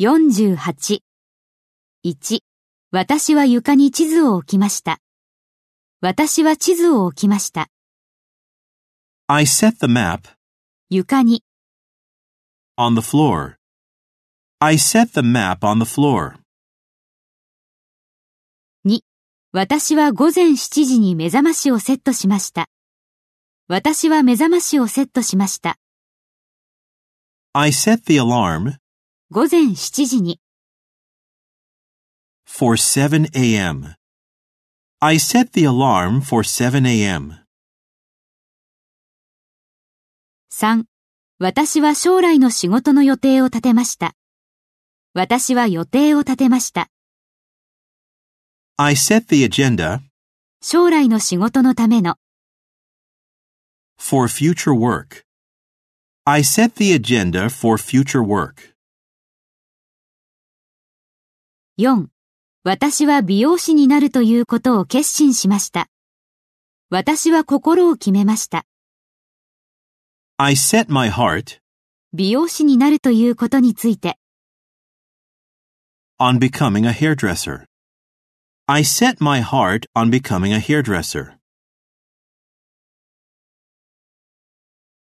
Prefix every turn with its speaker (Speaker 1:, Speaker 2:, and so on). Speaker 1: 48。1、私は床に地図を置きました。私は地図を置きました。
Speaker 2: I set the map
Speaker 1: 床に、
Speaker 2: on the floor. I set the map on the floor.
Speaker 1: 私は午前7時に目覚ましをセットしました。私は目覚ましをセットしました。
Speaker 2: I set the alarm
Speaker 1: 午前7時に、
Speaker 2: for 7 a.m. I set the alarm for 7 a.m.
Speaker 1: 3、私は将来の仕事の予定を立てました。私は予定を立てました。
Speaker 2: I set the agenda
Speaker 1: 将来の仕事のための、
Speaker 2: for future work. I set the agenda for future work.
Speaker 1: 4、私は美容師になるということを決心しました。私は心を決めました。
Speaker 2: I set my heart
Speaker 1: 美容師になるということについて、
Speaker 2: on becoming a hairdresser. I set my heart on becoming a hairdresser.